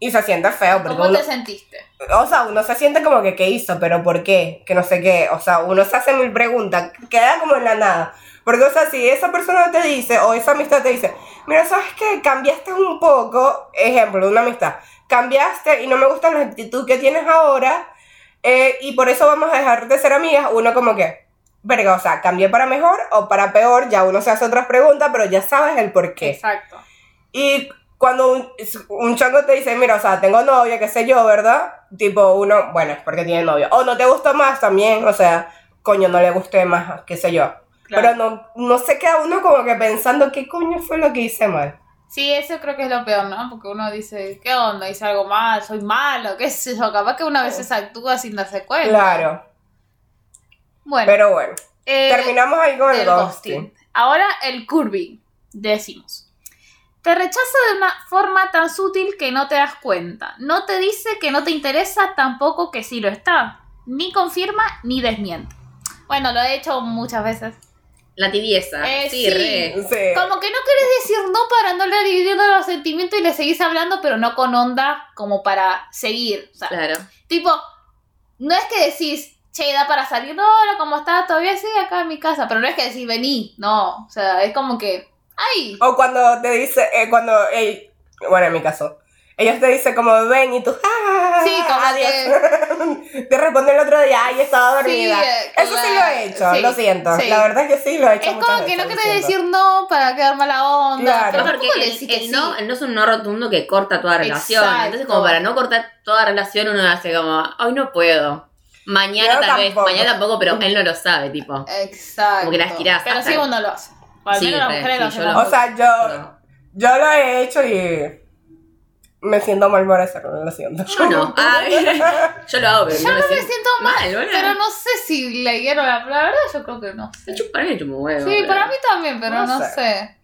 Speaker 1: Y se siente feo, porque
Speaker 2: ¿Cómo
Speaker 1: uno,
Speaker 2: te sentiste?
Speaker 1: o sea, uno se siente como que qué hizo, pero por qué, que no sé qué. O sea, uno se hace mil preguntas, queda como en la nada. Porque, o sea, si esa persona te dice, o esa amistad te dice, mira, ¿sabes qué? Cambiaste un poco, ejemplo, una amistad, cambiaste y no me gusta la actitud que tienes ahora, eh, y por eso vamos a dejar de ser amigas, uno como que, verga, o sea, cambié para mejor o para peor, ya uno se hace otras preguntas, pero ya sabes el por qué.
Speaker 2: Exacto.
Speaker 1: Y cuando un, un chango te dice, mira, o sea, tengo novia, qué sé yo, ¿verdad? Tipo, uno, bueno, es porque tiene novia. O no te gusta más también, o sea, coño, no le gusté más, qué sé yo. Pero no, no se queda uno como que pensando, ¿qué coño fue lo que hice mal?
Speaker 2: Sí, eso creo que es lo peor, ¿no? Porque uno dice, ¿qué onda? Hice algo mal, soy malo, qué sé yo. Capaz que una vez actúa sin darse cuenta.
Speaker 1: Claro,
Speaker 2: Bueno,
Speaker 1: pero bueno.
Speaker 2: eh,
Speaker 1: Terminamos ahí con el
Speaker 2: del
Speaker 1: ghosting.
Speaker 2: ghosting. Ahora el curving, decimos. Te rechaza de una forma tan sutil que no te das cuenta. No te dice que no te interesa, tampoco que sí lo está. Ni confirma ni desmiente. Bueno, lo he hecho muchas veces.
Speaker 3: La tibieza.
Speaker 2: Eh,
Speaker 3: sí,
Speaker 2: sí.
Speaker 3: re.
Speaker 1: Sí.
Speaker 2: Como que no querés decir no para no le dividir los sentimientos y le seguís hablando, pero no con onda como para seguir. O sea,
Speaker 3: Claro.
Speaker 2: tipo, no es que decís, che, da para salir, no, no, como está, todavía sí, acá en mi casa, pero no es que decís, vení, no. O sea, es como que, ay,
Speaker 1: O cuando te dice, eh, cuando, eh, bueno, en mi caso, ellos te dicen como ven y tú, ¡ah!
Speaker 2: Sí, como
Speaker 1: adiós". Te responde el otro día, ay, estaba
Speaker 2: Sí,
Speaker 1: dormida.
Speaker 2: eh,
Speaker 1: Eso sí lo he hecho,
Speaker 2: sí,
Speaker 1: lo siento.
Speaker 2: sí.
Speaker 1: La verdad es que sí lo he hecho.
Speaker 2: es
Speaker 1: muchas
Speaker 2: como que no
Speaker 1: veces,
Speaker 2: querés
Speaker 1: lo siento.
Speaker 2: decir no para quedar mala onda.
Speaker 1: Claro.
Speaker 2: Pero
Speaker 3: Es porque
Speaker 2: tampoco le
Speaker 3: el,
Speaker 2: decís que
Speaker 3: el
Speaker 2: sí.
Speaker 3: no, el no es un no rotundo que corta toda relación.
Speaker 2: Exacto.
Speaker 3: Entonces, como para no cortar toda relación, uno hace como, hoy no puedo. Mañana
Speaker 1: Yo
Speaker 3: tal
Speaker 1: tampoco.
Speaker 3: vez, mañana tampoco, pero él no lo sabe, tipo.
Speaker 2: Exacto.
Speaker 3: Como que las tirás,
Speaker 2: Pero
Speaker 3: hasta-
Speaker 2: sí uno lo hace. O al
Speaker 3: Sí,
Speaker 2: menos las
Speaker 3: re,
Speaker 2: mujeres
Speaker 3: sí,
Speaker 2: lo
Speaker 3: yo
Speaker 2: hacen.
Speaker 3: lo-
Speaker 1: O sea, yo,
Speaker 3: Pero-
Speaker 1: yo lo he hecho y me siento mal por hacerlo, lo siento.
Speaker 3: Yo no. Ah, yo lo hago, pero
Speaker 2: Yo
Speaker 3: no
Speaker 2: no
Speaker 3: lo
Speaker 2: me
Speaker 3: siento.
Speaker 2: siento mal,
Speaker 3: mal, boludo.
Speaker 2: pero no sé si leyeron la palabra, la verdad yo creo que no.
Speaker 3: Me chupa- Para mí me chupa un huevo.
Speaker 2: Sí,
Speaker 3: boludo.
Speaker 2: para mí también, pero
Speaker 1: No
Speaker 2: no,
Speaker 1: sé.
Speaker 2: sé.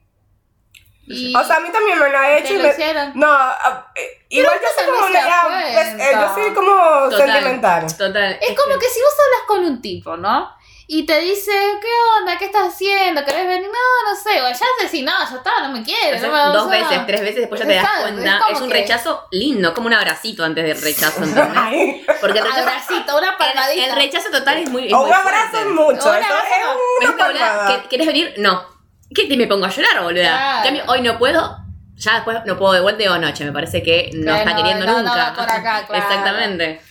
Speaker 2: Y
Speaker 1: O sea, a mí también me lo he hecho
Speaker 2: te
Speaker 1: y
Speaker 2: lo
Speaker 1: me-
Speaker 2: hicieron.
Speaker 1: No, a- eh, igual yo
Speaker 2: uno
Speaker 1: soy
Speaker 2: también
Speaker 1: como
Speaker 2: se
Speaker 1: una-
Speaker 2: da
Speaker 1: ah, pues, eh, yo
Speaker 2: cuenta.
Speaker 1: soy como
Speaker 3: Total.
Speaker 1: sentimental.
Speaker 3: Total.
Speaker 2: Es como que si vos hablas con un tipo, ¿no? Y te dice, ¿qué onda? ¿Qué estás haciendo? ¿Querés venir? No, no sé. O ya decís, no, ya está, no me quiere.
Speaker 3: Haces
Speaker 2: No me va a
Speaker 3: dos
Speaker 2: usar".
Speaker 3: veces, tres veces, después ya te das
Speaker 2: Exacto, es
Speaker 3: cuenta.
Speaker 2: como
Speaker 3: Es un
Speaker 2: que-
Speaker 3: rechazo lindo, como un abracito antes del rechazo, ¿entendés?
Speaker 1: Ay,
Speaker 3: Porque el rechazo,
Speaker 2: Abracito, una
Speaker 3: el,
Speaker 2: palmadita.
Speaker 3: el rechazo total es muy. es
Speaker 1: o
Speaker 3: muy
Speaker 1: un abrazo es
Speaker 3: fuerte.
Speaker 1: mucho.
Speaker 2: Un
Speaker 1: eso
Speaker 2: abrazo
Speaker 1: es
Speaker 2: no.
Speaker 1: una
Speaker 3: Pero es que, boluda,
Speaker 1: palmada.
Speaker 3: ¿qué- ¿Querés venir? No. ¿Qué te me pongo a llorar, boluda?
Speaker 2: Claro.
Speaker 3: En cambio, hoy no puedo, ya después no puedo de vuelta y digo noche. Me parece que no
Speaker 2: Que
Speaker 3: está
Speaker 2: no,
Speaker 3: queriendo
Speaker 2: no, no
Speaker 3: nunca.
Speaker 2: va por acá, claro.
Speaker 3: Exactamente.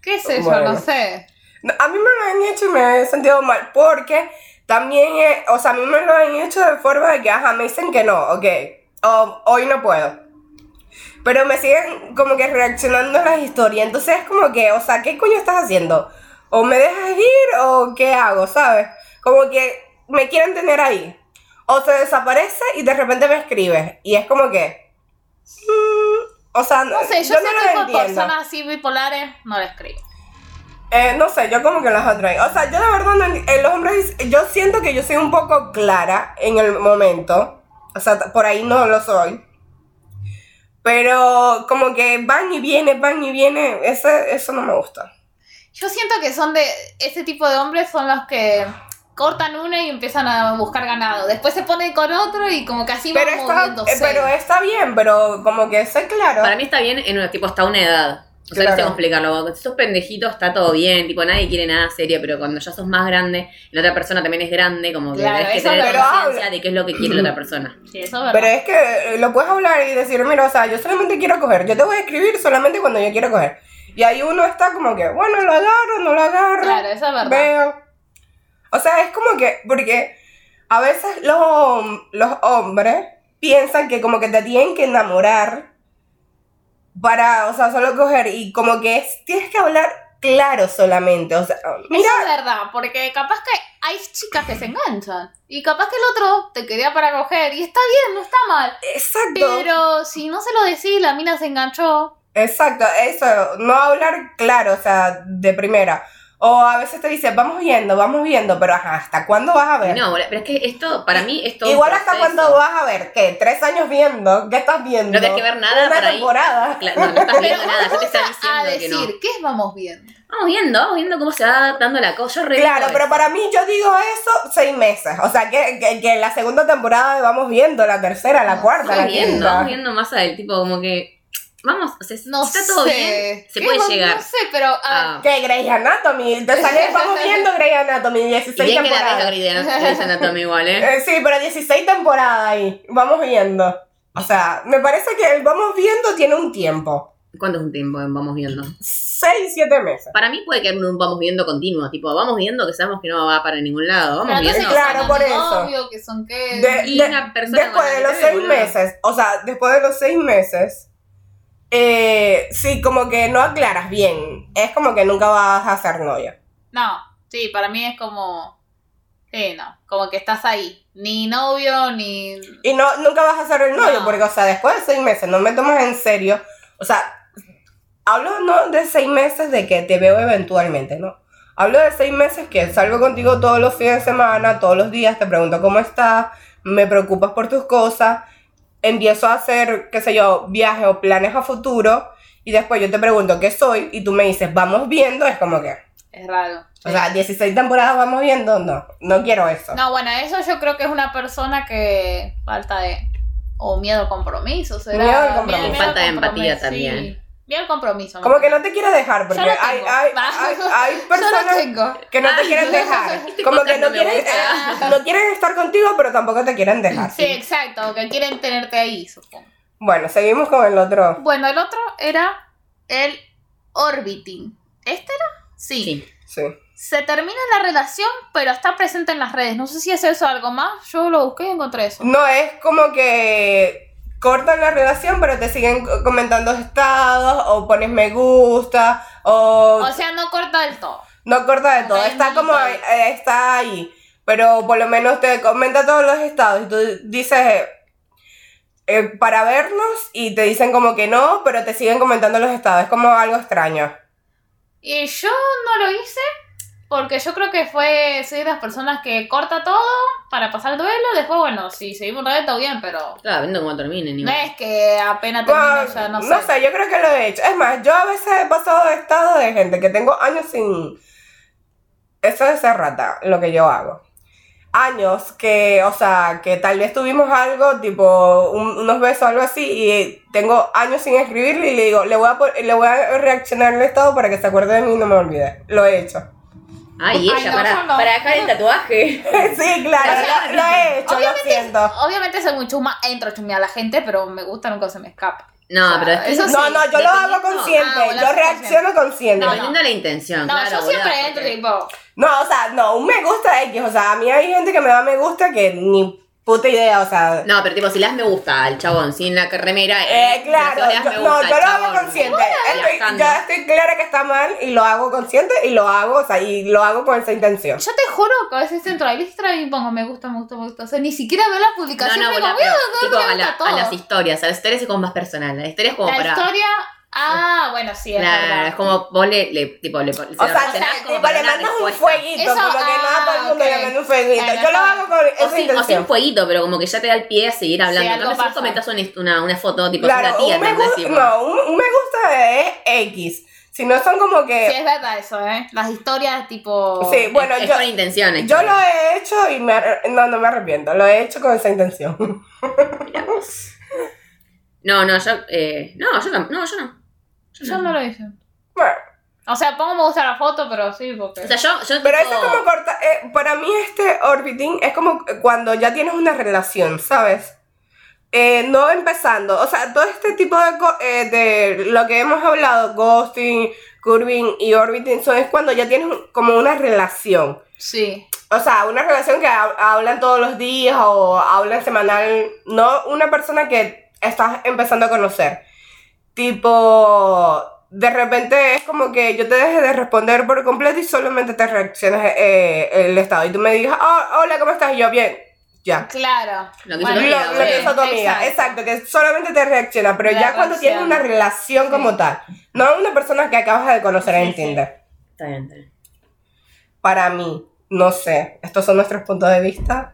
Speaker 2: ¿Qué sé yo?
Speaker 1: Bueno.
Speaker 2: No sé.
Speaker 1: No, A mí me lo han hecho y me he sentido mal porque también, eh, o sea, a mí me lo han hecho de forma de que, ajá, me dicen que no, ok, o- hoy no puedo. Pero me siguen como que reaccionando a las historias, entonces es como que, o sea, ¿qué coño estás haciendo? ¿O me dejas ir o qué hago, sabes? Como que me quieren tener ahí. O se desaparece y de repente me escribe. Y es como que... mm, o sea,
Speaker 2: No sé,
Speaker 1: yo
Speaker 2: yo, sé
Speaker 1: no
Speaker 2: que
Speaker 1: lo
Speaker 2: con
Speaker 1: entiendo.
Speaker 2: personas así bipolares no les creo.
Speaker 1: Eh, no sé, yo como que las atraigo. O sea, yo la verdad, no, eh, los hombres, yo siento que yo soy un poco clara en el momento. O sea, t- por ahí no lo soy. Pero como que van y viene, van y viene, ese, eso no me gusta.
Speaker 2: Yo siento que son de. Ese tipo de hombres son los que cortan una y empiezan a buscar ganado. Después se ponen con otro y como que así van
Speaker 1: Pero está,
Speaker 2: moviéndose.
Speaker 1: eh, pero está bien, pero como que sé claro.
Speaker 3: Para mí está bien en una- tipo hasta una edad. O sea,
Speaker 1: Claro.
Speaker 3: no sé cómo explicarlo. Cuando sos pendejito está todo bien, tipo nadie quiere nada serio, pero cuando ya sos más grande, la otra persona también es grande, como que
Speaker 2: Claro,
Speaker 3: tenés que
Speaker 2: eso
Speaker 3: tener
Speaker 2: pero
Speaker 3: conciencia
Speaker 1: habla.
Speaker 3: de qué es lo que quiere la otra persona.
Speaker 2: Sí, eso es verdad.
Speaker 1: Pero es que eh, lo puedes hablar y decir, mira, o sea, yo solamente quiero coger, yo te voy a escribir solamente cuando yo quiero coger. Y ahí uno está como que, bueno, lo agarro, no lo agarro.
Speaker 2: Claro, eso es verdad.
Speaker 1: Veo. O sea, es como que, porque a veces los, hom- los hombres piensan que como que te tienen que enamorar para, o sea, solo coger y como que es- tienes que hablar claro solamente. O sea, mira,
Speaker 2: Eso es verdad, porque capaz que hay chicas que se enganchan. Y capaz que el otro te quería para coger. Y está bien, no está mal.
Speaker 1: exacto.
Speaker 2: Pero si no se lo decís, la mina se enganchó.
Speaker 1: Exacto, eso, no hablar claro, o sea, de primera. O a veces te dicen, vamos viendo, vamos viendo, pero ajá, ¿hasta cuándo vas a ver?
Speaker 3: No, boluda, pero es que esto, para mí, esto.
Speaker 1: Igual hasta cuándo vas a ver, ¿qué? ¿Tres años viendo? ¿Qué estás viendo?
Speaker 3: No tenés que ver nada
Speaker 1: Una
Speaker 3: para ir-
Speaker 1: temporada.
Speaker 3: Claro, no, no estás viendo
Speaker 2: Pero
Speaker 3: nada, ya te está
Speaker 2: A
Speaker 3: diciendo que
Speaker 2: decir,
Speaker 3: no.
Speaker 2: ¿qué vamos viendo?
Speaker 3: Vamos viendo, vamos viendo cómo se va adaptando la cosa. Yo re
Speaker 1: Claro,
Speaker 3: digo
Speaker 1: pero
Speaker 3: eso.
Speaker 1: para mí yo digo eso seis meses. O sea, que, que, que la segunda temporada vamos viendo, la tercera, la cuarta, la
Speaker 3: Vamos viendo,
Speaker 1: quinta.
Speaker 3: vamos viendo más a él, tipo como que. Vamos, o sea, si
Speaker 2: No
Speaker 3: está
Speaker 2: sé.
Speaker 3: todo bien, se
Speaker 2: ¿Qué
Speaker 3: puede
Speaker 2: vamos-
Speaker 3: llegar. Ah,
Speaker 2: No sé, pero a ver,
Speaker 3: a-
Speaker 1: Que Grey's Anatomy, te sale, vamos viendo Grey's Anatomy,
Speaker 3: Y
Speaker 1: 16
Speaker 3: bien que la ves la
Speaker 1: temporadas.
Speaker 3: Grey's Anat- Grey's Anatomy igual, ¿eh?
Speaker 1: Eh, sí, pero 16 temporadas ahí, vamos viendo. O sea, me parece que el vamos viendo tiene un tiempo.
Speaker 3: ¿Cuánto es un tiempo en vamos viendo?
Speaker 1: 6, 7 meses.
Speaker 3: Para mí puede que un vamos viendo continuo, tipo, vamos viendo que sabemos que no va para ningún lado, vamos
Speaker 2: pero
Speaker 3: viendo.
Speaker 2: entonces
Speaker 1: Sí, claro,
Speaker 2: son
Speaker 1: por
Speaker 2: amigos,
Speaker 1: eso.
Speaker 2: obvio que son qué.
Speaker 1: De-
Speaker 3: Y
Speaker 1: de-
Speaker 3: una persona
Speaker 1: después de
Speaker 3: con la
Speaker 1: los
Speaker 3: que te
Speaker 1: seis
Speaker 3: ves,
Speaker 1: meses, o sea, después de los seis meses, eh, sí, como que no aclaras bien. Es como que nunca vas a ser novia.
Speaker 2: No, sí, para mí es como. Sí, no. Como que estás ahí. Ni novio, ni.
Speaker 1: Y no, nunca vas a ser el novio,
Speaker 2: No.
Speaker 1: porque, o sea, después de seis meses, no me tomas en serio. O sea, hablo no de seis meses de que te veo eventualmente, ¿no? Hablo de seis meses que salgo contigo todos los fines de semana, todos los días, te pregunto cómo estás, me preocupas por tus cosas, empiezo a hacer, qué sé yo, viajes o planes a futuro, y después yo te pregunto qué soy, y tú me dices, vamos viendo, es como que,
Speaker 2: Es raro.
Speaker 1: O sea, 16 temporadas vamos viendo, no, no quiero eso.
Speaker 2: No, bueno, eso yo creo que es una persona que falta de. O miedo al compromiso, será.
Speaker 1: Miedo al compromiso.
Speaker 2: al
Speaker 3: Falta de empatía
Speaker 2: compromiso,
Speaker 3: también.
Speaker 2: sí. Miedo al compromiso. me
Speaker 1: Como que
Speaker 2: parece.
Speaker 1: no te quiero dejar, porque
Speaker 2: Yo lo
Speaker 1: hay,
Speaker 2: tengo.
Speaker 1: hay,
Speaker 2: Va.
Speaker 1: hay, hay
Speaker 2: Yo lo
Speaker 1: personas
Speaker 2: tengo. Ah.
Speaker 1: que no te
Speaker 3: Ay,
Speaker 1: quieren dejar.
Speaker 3: este
Speaker 1: Como que
Speaker 3: podcast
Speaker 1: no
Speaker 3: no me
Speaker 1: quieren,
Speaker 3: gusta.
Speaker 1: eh, no quieren estar contigo, pero tampoco te quieren dejar.
Speaker 2: Sí, exacto, que quieren tenerte ahí, supongo.
Speaker 1: Bueno, seguimos con el otro.
Speaker 2: Bueno, el otro era el orbiting. ¿Este era? Sí.
Speaker 3: Sí.
Speaker 1: Sí.
Speaker 2: Se termina la relación, pero está presente en las redes. No sé si es eso o algo más. Yo lo busqué y encontré eso.
Speaker 1: No, es como que cortan la relación, pero te siguen co- comentando estados, o pones me gusta, o,
Speaker 2: O sea, no corta del todo.
Speaker 1: no corta de todo.
Speaker 2: Ay,
Speaker 1: está
Speaker 2: manito.
Speaker 1: como, ahí- eh, está ahí, pero por lo menos te comenta todos los estados y tú dices... eh, para vernos y te dicen como que no, pero te siguen comentando los estados, es como algo extraño.
Speaker 2: Y yo no lo hice porque yo creo que fue, soy de las personas que corta todo para pasar el duelo. Después, bueno, si seguimos reto, bien, pero
Speaker 3: Claro, viendo cómo terminen.
Speaker 2: no
Speaker 3: igual.
Speaker 2: es que apenas termina
Speaker 1: Bueno,
Speaker 2: ya, no,
Speaker 1: no
Speaker 2: sé.
Speaker 1: sé, yo creo que lo he hecho. Es más, yo a veces he pasado de estado de gente que tengo años sin. Eso es ser rata, lo que yo hago. Años que, o sea, que tal vez tuvimos algo, tipo un- unos besos o algo así, y tengo años sin escribirle y le digo, le voy a, pon- le voy a reaccionar el estado para que se acuerde de mí y no me olvide. Lo he hecho.
Speaker 3: Ay, ella,
Speaker 2: Ay, no,
Speaker 3: para,
Speaker 2: yo no.
Speaker 3: para dejar el tatuaje.
Speaker 1: sí, claro, lo, lo he hecho, lo siento.
Speaker 2: Obviamente soy muy chuma, entro a chumear a la gente, pero me gusta nunca se me escapa.
Speaker 3: No,
Speaker 2: O sea,
Speaker 3: pero es que
Speaker 2: eso
Speaker 3: eso
Speaker 2: sí,
Speaker 1: No, no, yo lo hago
Speaker 3: dependiendo-
Speaker 1: consciente,
Speaker 2: Ah, bueno,
Speaker 1: yo
Speaker 2: sí,
Speaker 1: reacciono consciente.
Speaker 2: No, no.
Speaker 3: Dependiendo de la intención,
Speaker 2: No,
Speaker 3: Ah, claro.
Speaker 2: yo siempre
Speaker 3: boluda,
Speaker 2: entro
Speaker 3: porque-
Speaker 2: tipo,
Speaker 1: No, o sea, no, un me gusta X. O sea, a mí hay gente que me da me gusta que ni puta idea, o sea.
Speaker 3: No, pero tipo, si le das me gusta al chabón, sin la remera.
Speaker 1: eh, claro,
Speaker 3: pero si le das
Speaker 1: yo-
Speaker 3: me
Speaker 1: no,
Speaker 3: gusta
Speaker 1: yo
Speaker 3: al
Speaker 1: lo hago
Speaker 3: chabón,
Speaker 1: consciente.
Speaker 3: boluda,
Speaker 1: Estoy-
Speaker 3: viajando.
Speaker 1: ya estoy clara que está mal y lo hago consciente y lo hago, o sea, y lo hago con esa intención.
Speaker 2: yo te juro que a veces entro a Instagram y pongo me gusta, me gusta, me gusta. O sea, ni siquiera veo la
Speaker 3: No,
Speaker 2: publicación.
Speaker 3: no,
Speaker 2: digo,
Speaker 3: boluda,
Speaker 2: "Mira,
Speaker 3: pero,
Speaker 2: me
Speaker 3: tipo, a, la-
Speaker 2: gusta todo".
Speaker 3: a las historias. A las historias es como más personal. Las historias es como
Speaker 2: La
Speaker 3: para.
Speaker 2: historia. Ah, bueno, sí, es
Speaker 3: Claro,
Speaker 2: verdad.
Speaker 3: es como vos le, le- tipo, le, se
Speaker 1: O
Speaker 3: lo
Speaker 1: sea,
Speaker 3: rellenás
Speaker 1: tipo,
Speaker 3: como
Speaker 1: le
Speaker 3: para una
Speaker 1: mandas un
Speaker 3: respuesta.
Speaker 1: fueguito,
Speaker 2: Eso,
Speaker 1: como que nada, todo el
Speaker 2: ah,
Speaker 1: mundo
Speaker 2: ok.
Speaker 1: le manda un fueguito.
Speaker 2: Claro,
Speaker 1: yo lo
Speaker 2: claro.
Speaker 1: hago con
Speaker 3: O
Speaker 1: esa
Speaker 3: sin, o sin
Speaker 1: intención.
Speaker 3: fueguito, pero como que ya te da el pie a seguir hablando.
Speaker 2: algo
Speaker 3: Entonces vos
Speaker 2: pasa.
Speaker 3: comentás un- una, una foto, tipo, es
Speaker 1: Claro,
Speaker 3: una tía,
Speaker 1: un me,
Speaker 3: ¿entendés?
Speaker 1: gusta,
Speaker 3: Tipo,
Speaker 1: no, un, un me gusta es X. Si no son como que.
Speaker 2: Sí, es verdad eso, ¿eh? Las historias tipo.
Speaker 1: Sí, bueno,
Speaker 3: es, es
Speaker 1: yo.
Speaker 3: con intenciones.
Speaker 1: Yo lo he hecho y me, arre- no, no me arrepiento, lo he hecho con esa intención.
Speaker 3: No, no, yo, eh, no, yo tam- no, yo no.
Speaker 2: Yo no lo hice.
Speaker 1: Bueno,
Speaker 2: O sea, pongo me gusta a la foto, pero sí, porque.
Speaker 3: O sea, yo, yo
Speaker 1: pero
Speaker 3: tipo,
Speaker 1: eso es como corta, eh, para mí este orbiting es como cuando ya tienes una relación, ¿sabes? Eh, no empezando, o sea, todo este tipo de, co- eh, de lo que hemos hablado, ghosting, curving y orbiting, son es cuando ya tienes un- como una relación.
Speaker 2: sí.
Speaker 1: O sea, una relación que hab- hablan todos los días o hablan semanal, no una persona que estás empezando a conocer. Tipo, de repente es como que yo te deje de responder por completo y solamente te reacciones eh, el estado. Y tú me digas, "Ah, hola, ¿cómo estás? Y yo, bien, ya.
Speaker 2: Claro.
Speaker 3: Lo que
Speaker 1: Lo,
Speaker 3: hizo
Speaker 2: Bueno,
Speaker 3: tu amiga,
Speaker 1: lo
Speaker 2: sí,
Speaker 1: que hizo tu amiga, exacto, que solamente te reacciona, pero
Speaker 2: La
Speaker 1: ya cuando tienes
Speaker 2: reacción.
Speaker 1: una relación como
Speaker 2: Sí.
Speaker 1: tal, no una persona que acabas de conocer
Speaker 3: Sí,
Speaker 1: en
Speaker 3: sí.
Speaker 1: Tinder.
Speaker 3: Está bien, está bien.
Speaker 1: Para mí, no sé, estos son nuestros puntos de vista.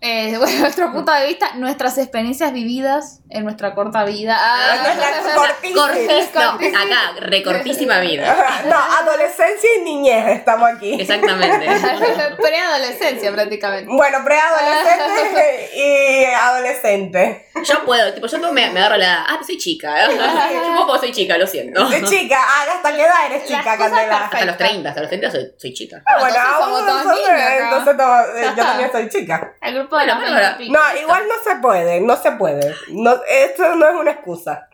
Speaker 2: Eh, bueno, nuestro punto de vista, nuestras experiencias vividas en nuestra corta vida. Ah,
Speaker 1: Nuestra cortísima.
Speaker 3: Cortísimo, acá, recortísima vida.
Speaker 1: No, adolescencia y niñez estamos aquí.
Speaker 3: Exactamente.
Speaker 2: Preadolescencia prácticamente.
Speaker 1: Bueno, preadolescente y adolescente.
Speaker 3: Yo puedo, tipo, yo no me, me agarro la. Ah, soy chica. Yo poco soy chica, lo siento.
Speaker 1: De chica, ah, ¿hasta qué edad eres chica,
Speaker 2: Las cosas
Speaker 1: Candela?
Speaker 2: perfectas.
Speaker 3: Hasta los 30, hasta los 30 soy, soy chica.
Speaker 1: Ah, bueno,
Speaker 2: Entonces somos
Speaker 1: aún
Speaker 2: todas
Speaker 1: nosotros,
Speaker 2: niñas acá.
Speaker 1: entonces to- eh, yo también soy chica.
Speaker 2: El grupo de
Speaker 3: Bueno,
Speaker 2: los
Speaker 3: pero-
Speaker 2: 20 y pico.
Speaker 1: No, igual no se puede, no se puede. No, esto no es una excusa.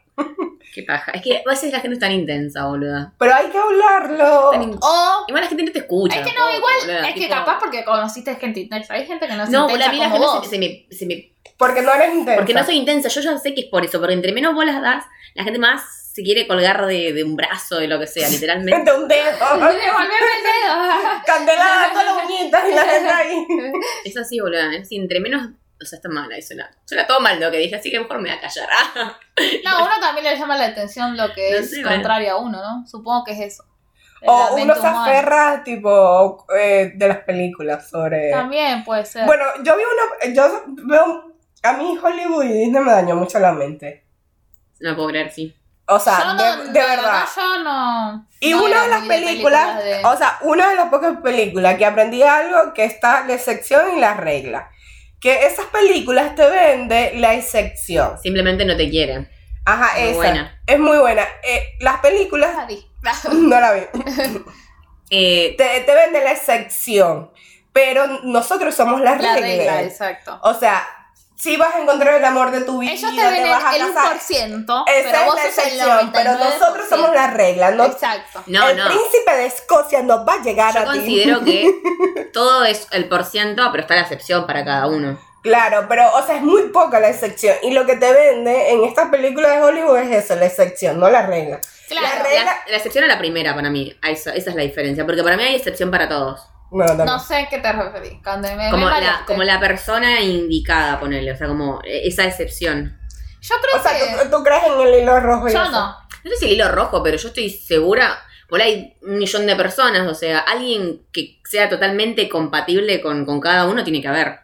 Speaker 3: Qué paja. Es que a veces la gente es tan intensa, boluda.
Speaker 1: Pero hay que hablarlo.
Speaker 3: Tan in-
Speaker 2: O
Speaker 3: Igual la gente no te escucha.
Speaker 2: Es que Este no,
Speaker 3: tampoco,
Speaker 2: igual,
Speaker 3: boluda,
Speaker 2: es que
Speaker 3: tipo-
Speaker 2: capaz porque conociste gente intensa. Hay gente que no se
Speaker 3: No, boluda,
Speaker 2: intensa
Speaker 3: a mí la
Speaker 2: como
Speaker 3: gente
Speaker 2: vos.
Speaker 3: se, se me, se me-
Speaker 1: Porque no eres intensa.
Speaker 3: Porque no soy intensa, yo ya sé que es por eso, porque entre menos bolas das, la gente más se quiere colgar de, de un brazo, de lo que sea, literalmente.
Speaker 1: Gente, un dedo.
Speaker 2: Devolverme el dedo.
Speaker 1: Candela con las uñitas y la gente ahí.
Speaker 3: Es así, boluda. Es así, entre menos. O sea, está mal, ahí suena. Suena todo mal lo que dije, así que mejor me voy a callar.
Speaker 2: No, a uno también le llama la atención lo que
Speaker 3: No
Speaker 2: es
Speaker 3: sé, bueno.
Speaker 2: contrario a uno, ¿no? Supongo que es eso. La
Speaker 1: O
Speaker 2: mente
Speaker 1: uno se
Speaker 2: humana.
Speaker 1: aferra, tipo, eh, de las películas sobre.
Speaker 2: También puede ser.
Speaker 1: Bueno, yo vi una. Yo veo. A mí Hollywood y Disney me dañó mucho la mente.
Speaker 3: No puedo creer, sí.
Speaker 1: O sea,
Speaker 2: yo no,
Speaker 1: de, de
Speaker 2: la
Speaker 1: verdad.
Speaker 2: yo no.
Speaker 1: Y
Speaker 2: no
Speaker 1: una
Speaker 2: era
Speaker 1: de las
Speaker 2: muy de
Speaker 1: películas,
Speaker 2: películas de-
Speaker 1: o sea, una de las pocas películas que aprendí algo que está la excepción y la regla. Que esas películas te vende la excepción.
Speaker 3: Simplemente no te quieren.
Speaker 1: Ajá,
Speaker 3: Muy
Speaker 1: esa.
Speaker 3: buena.
Speaker 1: Es muy buena. Eh, las películas,
Speaker 2: La vi. La-
Speaker 1: no la vi,
Speaker 3: Eh,
Speaker 1: te, te vende la excepción. Pero nosotros somos las
Speaker 2: La
Speaker 1: reglas.
Speaker 2: regla, exacto.
Speaker 1: O sea, si vas a encontrar el amor de tu vida,
Speaker 2: Ellos te ven
Speaker 1: vas a
Speaker 2: el, el
Speaker 1: casar.
Speaker 2: 1%,
Speaker 1: Esa
Speaker 2: pero
Speaker 1: es
Speaker 2: vos
Speaker 1: la
Speaker 2: sos el
Speaker 1: excepción,
Speaker 2: 99%.
Speaker 1: pero nosotros somos la regla. No,
Speaker 2: Exacto.
Speaker 3: no,
Speaker 1: el
Speaker 3: no.
Speaker 1: príncipe de Escocia nos va a llegar
Speaker 3: Yo
Speaker 1: a ti.
Speaker 3: considero que todo es el por ciento, pero está la excepción para cada uno.
Speaker 1: Claro, pero, o sea, es muy poca la excepción. Y lo que te vende en estas películas de Hollywood es eso, la excepción, no la regla.
Speaker 2: Claro.
Speaker 1: La
Speaker 3: La,
Speaker 1: regla-
Speaker 3: la excepción a la primera para mí. A eso- esa es la diferencia. Porque para mí hay excepción para todos.
Speaker 1: No, no,
Speaker 2: No
Speaker 1: no.
Speaker 2: sé a qué te referís. Cuando me
Speaker 3: Como
Speaker 2: me
Speaker 3: la,
Speaker 2: parece.
Speaker 3: como la persona indicada, ponerle. O sea, como eh, esa excepción.
Speaker 2: Yo creo
Speaker 1: O sea,
Speaker 2: que.
Speaker 1: ¿tú, tú crees en el hilo rojo y
Speaker 2: yo
Speaker 1: eso?
Speaker 2: no.
Speaker 3: No sé si el hilo rojo, pero yo estoy segura. Por ahí hay un millón de personas. O sea, alguien que sea totalmente compatible con, con cada uno tiene que haber.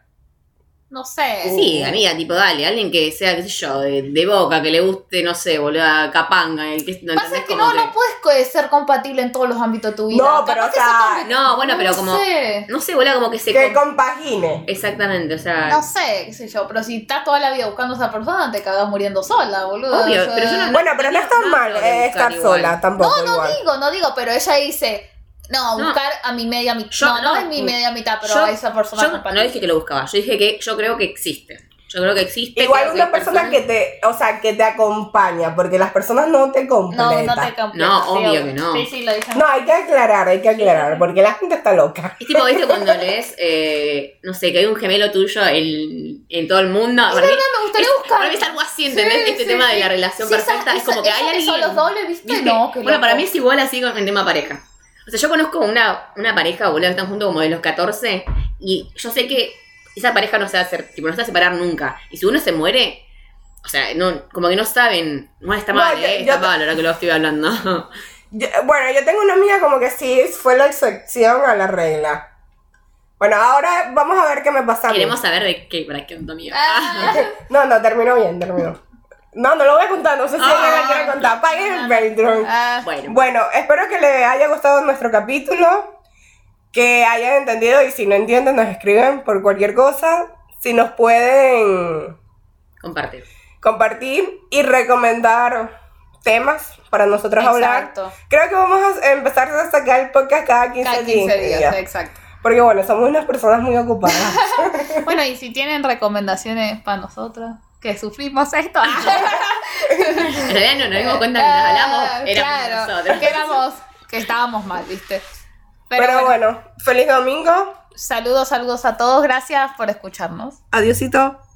Speaker 2: No
Speaker 1: Uh.
Speaker 2: sé.
Speaker 3: Sí, amiga, tipo, dale, alguien que sea, qué sé yo, de, de boca, que le guste, no sé, boludo, a Capanga, el que no
Speaker 2: Pasa
Speaker 3: entendés
Speaker 2: que
Speaker 3: Como
Speaker 2: no, no puedes co- ser compatible en todos los ámbitos de tu vida.
Speaker 1: No, pero,
Speaker 2: Capaz
Speaker 1: o
Speaker 2: que
Speaker 1: sea,
Speaker 2: sos compa-
Speaker 3: No, bueno, pero como.
Speaker 2: sé.
Speaker 3: No sé, boludo, como que se.
Speaker 1: Que
Speaker 3: com-
Speaker 1: compagine.
Speaker 3: Exactamente, o sea.
Speaker 2: No sé, qué sé yo, pero si estás toda la vida buscando a esa persona, te cagas muriendo sola, boludo.
Speaker 3: Obvio,
Speaker 2: o sea,
Speaker 3: pero yo no-
Speaker 1: Bueno, pero no
Speaker 3: no,
Speaker 1: es tan
Speaker 3: no,
Speaker 1: mal
Speaker 3: no,
Speaker 1: eh,
Speaker 3: no,
Speaker 1: estar
Speaker 3: igual.
Speaker 1: sola tampoco.
Speaker 2: No,
Speaker 1: igual.
Speaker 2: no digo, no digo, pero ella dice, no,
Speaker 3: No.
Speaker 2: buscar a mi media mitad.
Speaker 3: Yo-
Speaker 2: no, no,
Speaker 3: no,
Speaker 2: es mi media mitad, pero
Speaker 3: yo-
Speaker 2: a esa persona
Speaker 3: Yo no
Speaker 2: compatible.
Speaker 3: dije que lo buscaba, yo dije que yo creo que existe. Yo creo que existe.
Speaker 1: Igual
Speaker 3: creo que
Speaker 1: una
Speaker 3: hay
Speaker 1: persona que
Speaker 3: personas-
Speaker 1: te, o sea, que te acompaña, porque las personas no te
Speaker 2: No, no te
Speaker 1: completan.
Speaker 2: completa,
Speaker 3: No,
Speaker 2: sí,
Speaker 3: obvio que no.
Speaker 2: Sí, sí, lo dije.
Speaker 1: No, hay que aclarar, hay que aclarar, porque la gente está loca.
Speaker 3: Es tipo, viste, cuando lees, eh, no sé, que hay un gemelo tuyo en, en todo el mundo. Para mí,
Speaker 2: me gustaría
Speaker 3: es,
Speaker 2: buscar.
Speaker 3: para mí es algo así, ¿entendés?
Speaker 2: Sí,
Speaker 3: este
Speaker 2: sí,
Speaker 3: tema de la
Speaker 2: sí.
Speaker 3: relación
Speaker 2: Sí,
Speaker 3: perfecta
Speaker 2: esas-
Speaker 3: es como que
Speaker 2: esas-
Speaker 3: hay
Speaker 2: esas
Speaker 3: alguien.
Speaker 2: son los dobles, ¿viste?
Speaker 3: ¿Viste?
Speaker 2: No, qué
Speaker 3: bueno, para
Speaker 2: loco.
Speaker 3: mí es igual así con el tema pareja. O sea, yo conozco una, una pareja, boludo, que están juntos como de los 14 y yo sé que esa pareja no se va a hacer, tipo, no se va a separar nunca. Y si uno se muere, o sea, no, como que no saben, no está
Speaker 1: No,
Speaker 3: mal,
Speaker 1: yo-
Speaker 3: eh,
Speaker 1: yo
Speaker 3: está
Speaker 1: te-
Speaker 3: mal ahora que lo estoy hablando.
Speaker 1: Yo- bueno, yo tengo una amiga como que sí fue la excepción a la regla. Bueno, ahora vamos a ver qué me pasa. a mí.
Speaker 3: Queremos saber de qué, para qué onda, amiga.
Speaker 2: Ah.
Speaker 1: No, no, terminó bien, terminó. No, no lo voy a contar, no sé si alguien
Speaker 3: Ah.
Speaker 1: la quiere contar. Paguen el Patreon.
Speaker 2: Ah,
Speaker 3: Bueno,
Speaker 1: Bueno, espero que les haya gustado nuestro capítulo, que hayan entendido y si no entienden nos escriben por cualquier cosa, si nos pueden
Speaker 3: comparte.
Speaker 1: compartir y recomendar temas para nosotros hablar.
Speaker 2: Exacto.
Speaker 1: Creo que vamos a empezar a sacar el podcast cada 15,
Speaker 2: Cada 15 días,
Speaker 1: días.
Speaker 2: exacto.
Speaker 1: Porque bueno, somos unas personas muy ocupadas.
Speaker 2: Bueno, y si tienen recomendaciones para nosotros, que sufrimos esto.
Speaker 3: En realidad no Ah. nos dimos cuenta que nos hablamos, éramos
Speaker 2: Ah, claro,
Speaker 3: nosotros.
Speaker 2: que éramos, que estábamos mal, ¿viste?
Speaker 1: Pero,
Speaker 2: Pero, bueno,
Speaker 1: bueno, feliz domingo.
Speaker 2: saludos, saludos a todos, gracias por escucharnos.
Speaker 1: Adiosito.